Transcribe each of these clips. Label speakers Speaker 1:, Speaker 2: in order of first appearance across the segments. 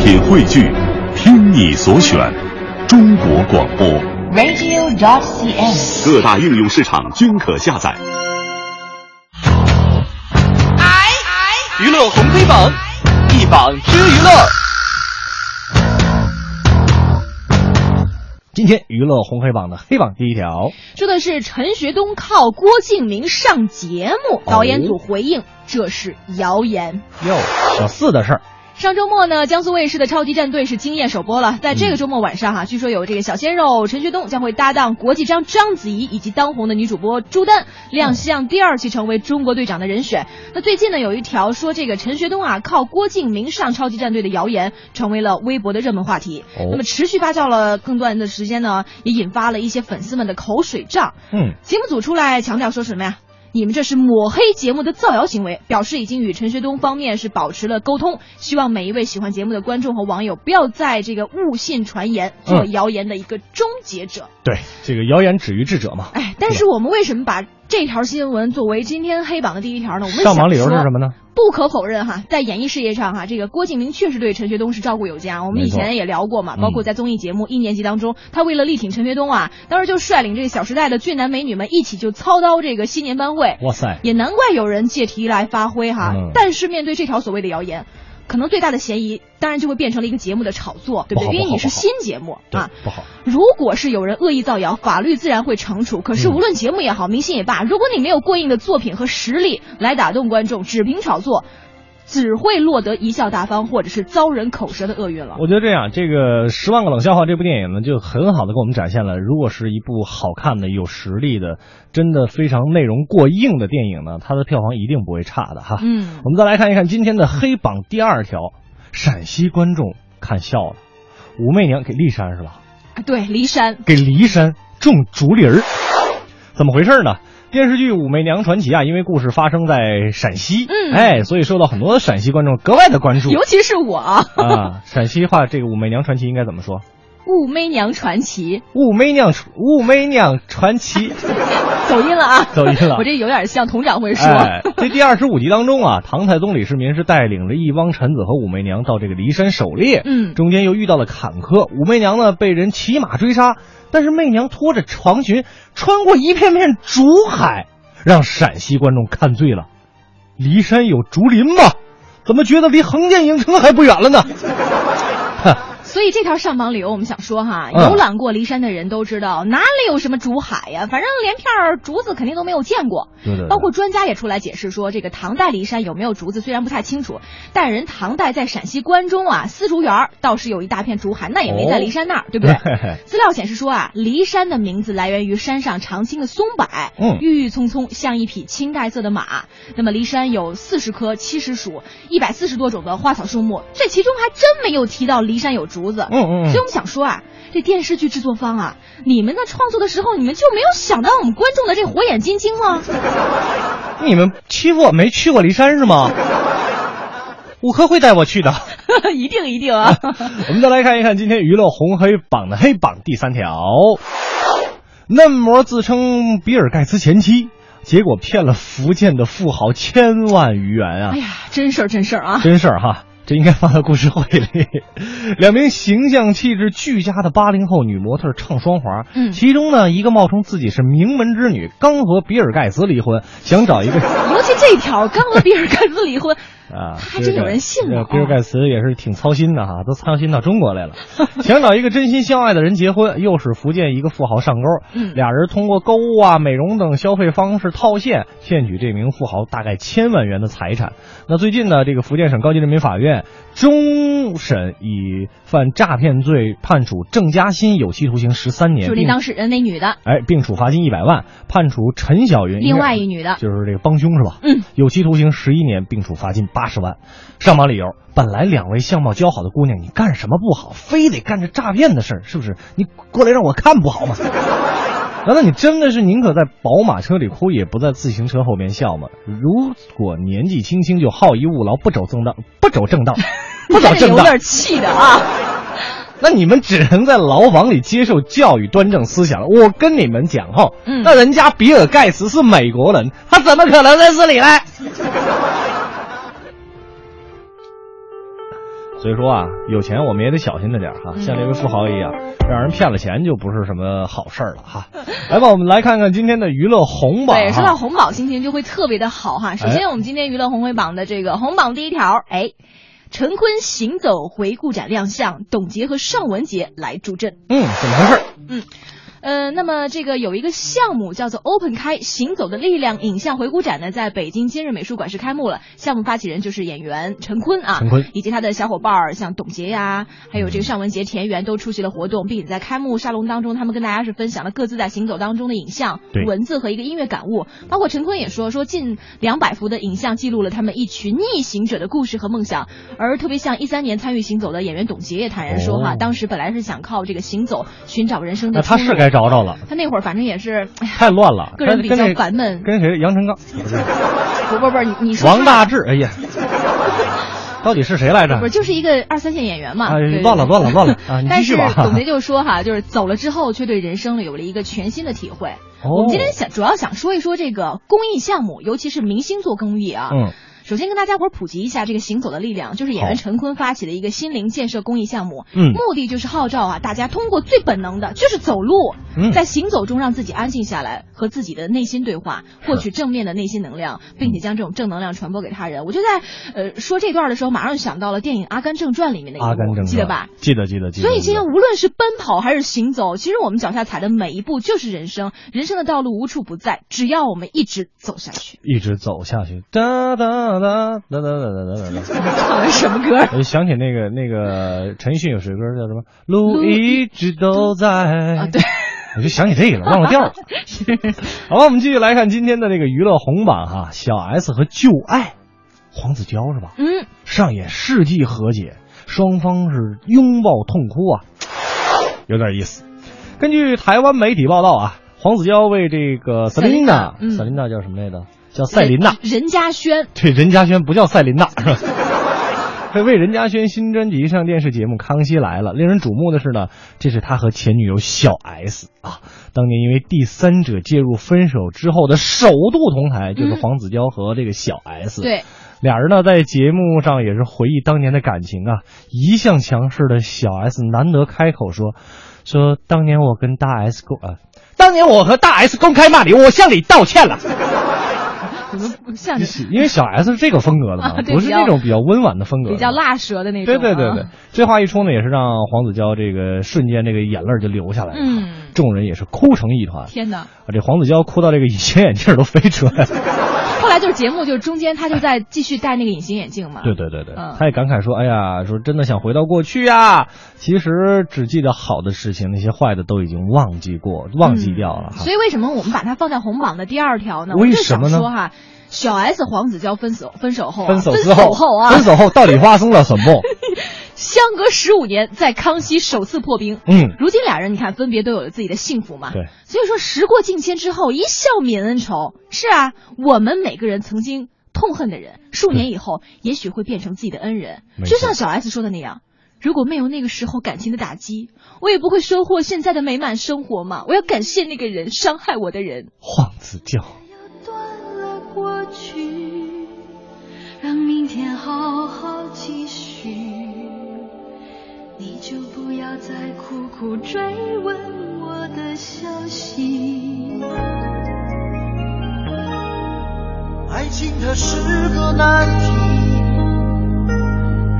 Speaker 1: 品汇聚，听你所选，中国广播。
Speaker 2: radio.cn。
Speaker 1: 各大应用市场均可下载。
Speaker 3: 娱乐红黑榜，一榜知娱乐。
Speaker 4: 今天娱乐红黑榜的黑榜第一条，
Speaker 5: 说的是陈学冬靠郭敬明上节目，导演组回应这是谣言。
Speaker 4: 哟，小四的事儿，
Speaker 5: 上周末呢，江苏卫视的《超级战队》是惊艳首播了。在这个周末晚上哈、据说有这个小鲜肉陈学冬将会搭档国际章章子怡以及当红的女主播朱丹亮相第二期成为中国队长的人选。那最近呢，有一条说这个陈学冬啊靠郭敬明上《超级战队》的谣言成为了微博的热门话题。
Speaker 4: 哦
Speaker 5: 那么持续发酵了更段的时间呢，也引发了一些粉丝们的口水仗。
Speaker 4: 嗯，
Speaker 5: 节目组出来强调说什么呀？你们这是抹黑节目的造谣行为，表示已经与陈学冬方面是保持了沟通，希望每一位喜欢节目的观众和网友不要在这个误信传言，做
Speaker 4: 嗯
Speaker 5: 谣言的一个终结者。
Speaker 4: 对，这个谣言止于智者嘛。
Speaker 5: 哎，但是我们为什么把这条新闻作为今天黑榜的第一条呢？我们
Speaker 4: 上榜理由
Speaker 5: 想
Speaker 4: 是
Speaker 5: 说
Speaker 4: 什么呢？
Speaker 5: 不可否认哈，在演艺事业上哈，这个郭敬明确实对陈学冬是照顾有加。我们
Speaker 4: 没
Speaker 5: 以
Speaker 4: 错
Speaker 5: 前也聊过嘛，包括
Speaker 4: 嗯
Speaker 5: 在综艺节目《一年级》当中，他为了力挺陈学冬啊，当时就率领这个《小时代》的俊男美女们一起就操刀这个新年班会，
Speaker 4: 哇塞，
Speaker 5: 也难怪有人借题来发挥哈。
Speaker 4: 嗯
Speaker 5: 但是面对这条所谓的谣言，可能最大的嫌疑当然就会变成了一个节目的炒作，对不
Speaker 4: 不好
Speaker 5: 对？因为
Speaker 4: 不好
Speaker 5: 你是
Speaker 4: 不好
Speaker 5: 新节目
Speaker 4: 对
Speaker 5: 啊，，
Speaker 4: 不好，
Speaker 5: 如果是有人恶意造谣，法律自然会惩处。可是
Speaker 4: 嗯
Speaker 5: 无论节目也好，明星也罢，如果你没有过硬的作品和实力来打动观众，只凭炒作，只会落得贻笑大方或者是遭人口舌的厄运了。
Speaker 4: 啊我觉得这样，这个《十万个冷笑话》这部电影呢，就很好的给我们展现了，如果是一部好看的、有实力的、真的非常内容过硬的电影呢，它的票房一定不会差的哈。
Speaker 5: 嗯
Speaker 4: 我，们再来看一看今天的黑榜第二条，陕西观众看笑了，武媚娘给骊山是吧？
Speaker 5: 啊对，骊山，
Speaker 4: 给骊山种竹林儿，怎么回事呢？电视剧《武媚娘传奇》啊，因为故事发生在陕西，
Speaker 5: 嗯
Speaker 4: 哎，所以受到很多陕西观众格外的关注
Speaker 5: 尤其是我啊
Speaker 4: 啊。陕西话这个《武媚娘传奇》应该怎么说？
Speaker 5: 《武媚娘传奇
Speaker 4: 武媚娘传，武媚娘传奇。》
Speaker 5: 走音了啊，
Speaker 4: 走音了
Speaker 5: 我这有点像佟掌柜说。
Speaker 4: 哎，这第二十五集当中啊，唐太宗李世民是带领着一帮臣子和武媚娘到这个骊山狩猎，
Speaker 5: 嗯
Speaker 4: 中间又遇到了坎坷，武媚娘呢被人骑马追杀，但是媚娘拖着长裙穿过一片片竹海，让陕西观众看醉了。骊山有竹林吗？怎么觉得离横店影城还不远了呢？ 哼
Speaker 5: 所以这条上榜理由，我们想说哈，
Speaker 4: 嗯
Speaker 5: 游览过骊山的人都知道，哪里有什么竹海呀？反正连片儿竹子肯定都没有见过。
Speaker 4: 对对对
Speaker 5: 包括专家也出来解释说，这个唐代骊山有没有竹子，虽然不太清楚，但人唐代在陕西关中啊，丝竹园儿倒是有一大片竹海，那也
Speaker 4: 哦
Speaker 5: 没在骊山那儿，对不对？资料显示说啊，骊山的名字来源于山上常青的松柏，
Speaker 4: 嗯
Speaker 5: 郁郁葱葱，像一匹青黛色的马。那么骊山有四十棵、七十属、一百四十多种的花草树木，这其中还真没有提到骊山有竹
Speaker 4: 嗯嗯嗯
Speaker 5: 子。所以我们想说啊，这电视剧制作方啊，你们在创作的时候，你们就没有想到我们观众的这火眼金睛吗？
Speaker 4: 你们欺负我没去过骊山是吗？ 五科会带我去的。
Speaker 5: 一定一定啊！
Speaker 4: 我们再来看一看今天娱乐红黑榜的黑榜第三条，嫩模自称比尔盖茨前妻，结果骗了福建的富豪千万余元啊
Speaker 5: 哎！呀，真事儿真事儿啊！
Speaker 4: 真事儿哈，这应该放到故事会里。 两名形象气质俱佳的八零后女模特唱双簧，
Speaker 5: 嗯
Speaker 4: 其中呢一个冒充自己是名门之女，刚和比尔盖茨离婚，想找一个。
Speaker 5: 尤其这条，刚和比尔盖茨离婚，
Speaker 4: 啊，
Speaker 5: 还真有人信
Speaker 4: 了。
Speaker 5: 了。啊
Speaker 4: 比尔盖茨也是挺操心的哈，都操心到中国来了，想找一个真心相爱的人结婚，又使福建一个富豪上钩。
Speaker 5: 嗯
Speaker 4: 俩人通过购物啊、美容等消费方式套现，骗取这名富豪大概千万元的财产。那最近呢，这个福建省高级人民法院终审以犯诈骗罪判处郑嘉欣有期徒刑十三年，
Speaker 5: 就是那
Speaker 4: 并
Speaker 5: 当事人那女的，
Speaker 4: 哎，并处罚金一百万，判处陈小云
Speaker 5: 另外一女的
Speaker 4: 就是这个帮凶是吧？
Speaker 5: 嗯，
Speaker 4: 有期徒刑十一年，并处罚金八十万。上榜理由：本来两位相貌姣好的姑娘，你干什么不好，非得干这诈骗的事儿，是不是？你过来让我看不好吗？ 难道你真的是宁可在宝马车里哭，也不在自行车后面笑吗？如果年纪轻轻就好逸恶劳，不走正道，不走正道，不走
Speaker 5: 看着
Speaker 4: 正
Speaker 5: 有
Speaker 4: 道，
Speaker 5: 点气的啊！
Speaker 4: 那你们只能在牢房里接受教育、端正思想了。我跟你们讲哈，
Speaker 5: 嗯
Speaker 4: 那人家比尔盖茨是美国人，他怎么可 能认识你呢？所以说啊，有钱我们也得小心着点儿
Speaker 5: 嗯
Speaker 4: 哈，像这位富豪一样，让人骗了钱就不是什么好事儿了 哈。来吧，我们来看看今天的娱乐红榜。
Speaker 5: 对，说到
Speaker 4: 哈，
Speaker 5: 红榜，心情就会特别的好哈。首先，我们今天娱乐红会榜的这个红榜第一条，哎，陈坤行走回顾展亮相，董洁和尚雯婕来助阵。
Speaker 4: 嗯，怎么回事？
Speaker 5: 呃，那么这个有一个项目叫做 “Open 开行走的力量”影像回顾展呢，在北京今日美术馆是开幕了。项目发起人就是演员陈坤啊，
Speaker 4: 陈坤嗯
Speaker 5: 以及他的小伙伴儿像董洁呀、还有这个尚雯婕、田园都出席了活动，并且在开幕沙龙当中，他们跟大家是分享了各自在行走当中的影像
Speaker 4: 对、
Speaker 5: 文字和一个音乐感悟。包括陈坤也说，说近两百幅的影像记录了他们一群逆行者的故事和梦想。而特别像一三年参与行走的演员董洁也坦言说哈，
Speaker 4: 哦
Speaker 5: 当时本来是想靠这个行走寻找人生的
Speaker 4: 那
Speaker 5: 出路。
Speaker 4: 他是该找找了，
Speaker 5: 他那会儿反正也是，哎呀，
Speaker 4: 太乱了，
Speaker 5: 个人比较
Speaker 4: 跟那
Speaker 5: 烦闷
Speaker 4: 跟谁？杨 臣刚，不是
Speaker 5: 不不不，你你说
Speaker 4: 王
Speaker 5: 他
Speaker 4: 大治，哎 呀，到底是谁来着
Speaker 5: 不？是就是一个二三线演员嘛？
Speaker 4: 哎
Speaker 5: 对对
Speaker 4: 乱了
Speaker 5: 对
Speaker 4: 乱了乱了啊你
Speaker 5: 但
Speaker 4: 继续
Speaker 5: 是
Speaker 4: 吧
Speaker 5: 董洁就说哈，就是走了之后，却对人生有了一个全新的体会。
Speaker 4: 哦
Speaker 5: 我们今天想主要想说一说这个公益项目，尤其是明星做公益啊。
Speaker 4: 嗯，
Speaker 5: 首先跟大家伙儿普及一下这个“行走的力量”，就是演员
Speaker 4: 好
Speaker 5: 陈坤发起的一个心灵建设公益项目。
Speaker 4: 嗯
Speaker 5: 目的就是号召啊，大家通过最本能的，就是走路，
Speaker 4: 嗯
Speaker 5: 在行走中让自己安静下来，和自己的内心对话，
Speaker 4: 嗯
Speaker 5: 获取正面的内心能量，并且将这种正能量传播给他人。我就在呃说这段的时候，马上就想到了电影《阿甘正传》里面的一
Speaker 4: 嗯
Speaker 5: 幕，
Speaker 4: 阿甘正传
Speaker 5: 记得吧？？
Speaker 4: 记得记得记得。
Speaker 5: 所以，
Speaker 4: 记
Speaker 5: 今
Speaker 4: 得
Speaker 5: 天无论是奔跑还是行走，其实我们脚下踩的每一步就是人生，人生的道路无处不在，只要我们一直走下去。
Speaker 4: 一直走下去，哒哒哒哒哒哒哒哒哒。
Speaker 5: 唱的什么歌？
Speaker 4: 我就想起那个那个陈奕迅有首歌叫什么？路一直都在啊
Speaker 5: 对，
Speaker 4: 我就想起这个了，忘了调 了。好吧，我们继续来看今天的这个娱乐红榜哈，小 S 和旧爱黄子佼是吧？
Speaker 5: 嗯，
Speaker 4: 上演世纪和解，双方是拥抱痛哭啊，有点意思。根据台湾媒体报道啊，黄子佼为这个赛琳娜，
Speaker 5: 嗯
Speaker 4: 赛琳娜叫什么来着？叫赛琳娜。
Speaker 5: 任嘉萱，
Speaker 4: 对，任嘉萱不叫赛琳娜，是吧？ 这为任嘉萱新专辑上电视节目《康熙来了》，令人瞩目的是呢，这是他和前女友小 S 啊，当年因为第三者介入分手之后的首度同台，就是
Speaker 5: 嗯
Speaker 4: 黄子佼和这个小 S。
Speaker 5: 对，
Speaker 4: 俩人呢在节目上也是回忆当年的感情啊。一向强势的小 S 难得开口说：“说当年我跟大 S 公啊，当年我和大 S 公开骂你，我向你道歉了。”
Speaker 5: 怎么不像你
Speaker 4: 因为小 S 是这个风格的嘛，
Speaker 5: 啊对
Speaker 4: 不是那种比较温婉的风格，
Speaker 5: 比较。辣舌的那种、
Speaker 4: 对对
Speaker 5: 啊？
Speaker 4: 对对，这话一出呢，也是让黄子佼这个瞬间这个眼泪儿就流下来了，
Speaker 5: 嗯
Speaker 4: 众人也是哭成一团。
Speaker 5: 天哪！
Speaker 4: 啊，这黄子佼哭到这个隐形眼镜儿都飞出来了。
Speaker 5: 后来就是节目，就是中间他就在继续戴那个隐形眼镜嘛。
Speaker 4: 对对对对，
Speaker 5: 嗯
Speaker 4: 他也感慨说：“哎呀，说真的想回到过去呀、其实只记得好的事情，那些坏的都已经忘记过，忘记掉了。
Speaker 5: 嗯
Speaker 4: 哈
Speaker 5: 所以为什么我们把它放在红榜的第二条呢？
Speaker 4: 为什么呢
Speaker 5: 我就想说哈，小 S 黄子佼分手分手后啊、
Speaker 4: 分手
Speaker 5: 手
Speaker 4: 之后，
Speaker 5: 啊，
Speaker 4: 分手后到底发生了什么？
Speaker 5: 相隔十五年，在康熙首次破冰。
Speaker 4: 嗯，
Speaker 5: 如今俩人你看，分别都有了自己的幸福嘛。
Speaker 4: 对，
Speaker 5: 所以说，时过境迁之后，一笑泯恩仇。是啊，我们每个人曾经痛恨的人，数年以后也许会变成自己的恩人。
Speaker 4: 没错
Speaker 5: 就像小 S 说的那样，如果没有那个时候感情的打击，我也不会收获现在的美满生活嘛。我要感谢那个人，伤害我的人。
Speaker 4: 黄子佼，
Speaker 2: 断了过去，让明天好好继续。你就不要再苦苦追问我的消息。
Speaker 6: 爱情它是个难题，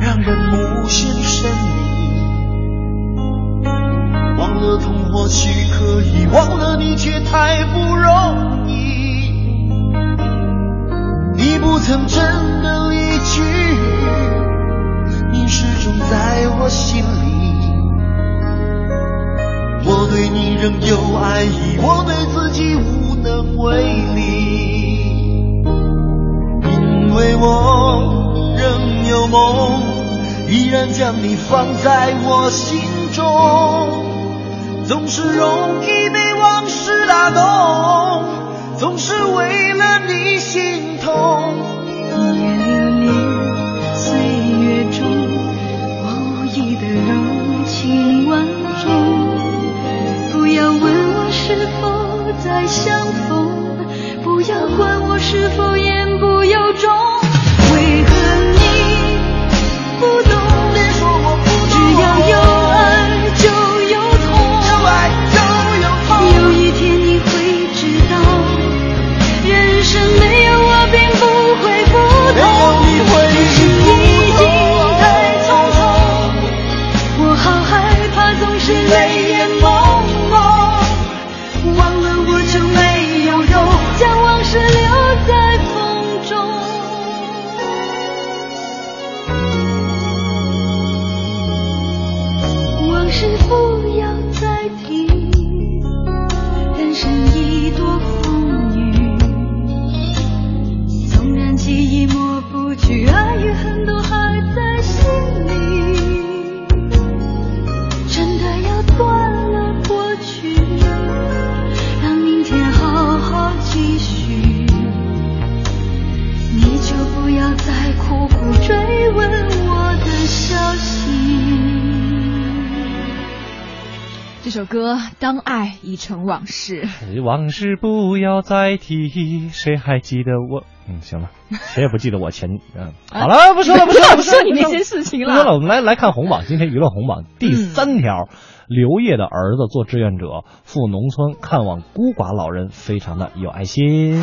Speaker 6: 让人目眩神迷。忘了痛或许可以，忘了你却太不容易。你不曾真的离去，你始终在我心里。我对你仍有爱意，我对自己无能为力。因为我仍有梦，依然将你放在我心中，总是容易被往事打动，总是为了你心痛。
Speaker 2: 一眼流连，岁月中，我无意的柔情万种。不要问我是否再相逢，不要管我是否言不由衷。为何你不懂？
Speaker 6: 别说
Speaker 5: 这首歌《当爱已成往事》。
Speaker 4: 往事不要再提，谁还记得我？嗯，行 了，谁也不记得我前嗯，好了，不说了，不说了，
Speaker 5: 啊不说你那些事情
Speaker 4: 了。不说了，我们来来看红榜，今天娱乐红榜第
Speaker 5: 嗯
Speaker 4: 三条，刘烨的儿子做志愿者赴农村看望孤寡老人，非常的有爱心。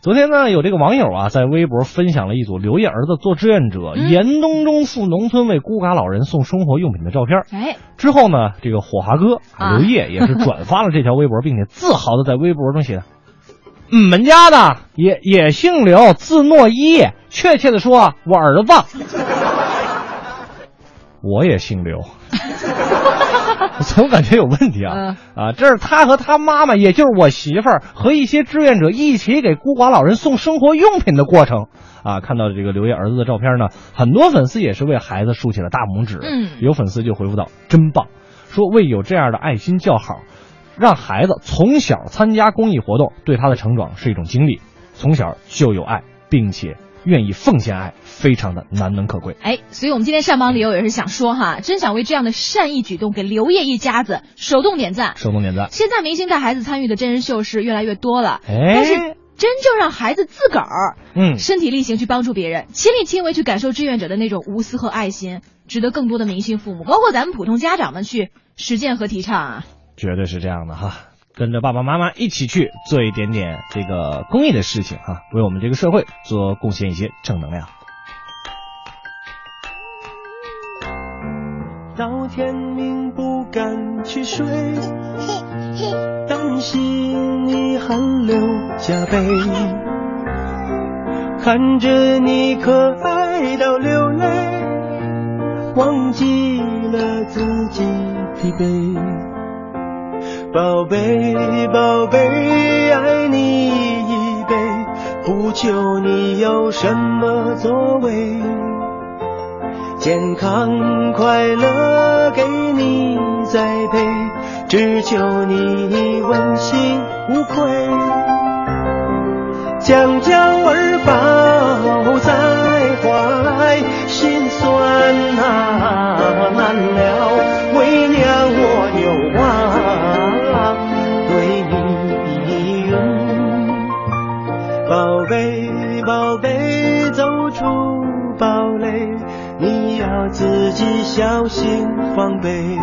Speaker 4: 昨天呢，有这个网友啊，在微博分享了一组刘烨儿子做志愿者
Speaker 5: 嗯
Speaker 4: 严冬中赴农村为孤寡老人送生活用品的照片。
Speaker 5: 哎，
Speaker 4: 之后呢，这个火华哥
Speaker 5: 啊
Speaker 4: 刘烨也是转发了这条微博，并且自豪的在微博中写道：“我们家的也也姓刘，字诺一，确切的说，我儿子，我也姓刘。” 我总感觉有问题啊！啊，这是他和他妈妈，也就是我媳妇儿和一些志愿者一起给孤寡老人送生活用品的过程啊。看到这个刘烨儿子的照片呢，很多粉丝也是为孩子竖起了大拇指。
Speaker 5: 嗯
Speaker 4: 有粉丝就回复道：“真棒，说为有这样的爱心叫好，让孩子从小参加公益活动，对他的成长是一种经历，从小就有爱，并且愿意奉献爱，非常的难能可贵。”
Speaker 5: 哎，所以我们今天上榜理由也是想说哈，真想为这样的善意举动给刘烨一家子手动点赞。
Speaker 4: 手动点赞。
Speaker 5: 现在明星带孩子参与的真人秀是越来越多了，
Speaker 4: 哎
Speaker 5: 但是真正让孩子自个儿
Speaker 4: 嗯
Speaker 5: 身体力行去帮助别人，亲力亲为去感受志愿者的那种无私和爱心，值得更多的明星父母，包括咱们普通家长们去实践和提倡啊。
Speaker 4: 绝对是这样的哈。跟着爸爸妈妈一起去做一点点这个公益的事情哈，为我们这个社会做贡献一些正能量。
Speaker 7: 到天明不敢去睡，担心你汗流浃背，看着你可爱到流泪，忘记了自己疲惫。宝贝，宝贝，爱你一辈，不求你有什么作为。健康快乐给你栽培，只求你问心无愧。将娇儿抱在怀，心酸啊难了，为娘我流啊，对你永宝贝，宝贝，走出堡垒，你要自己小心防备。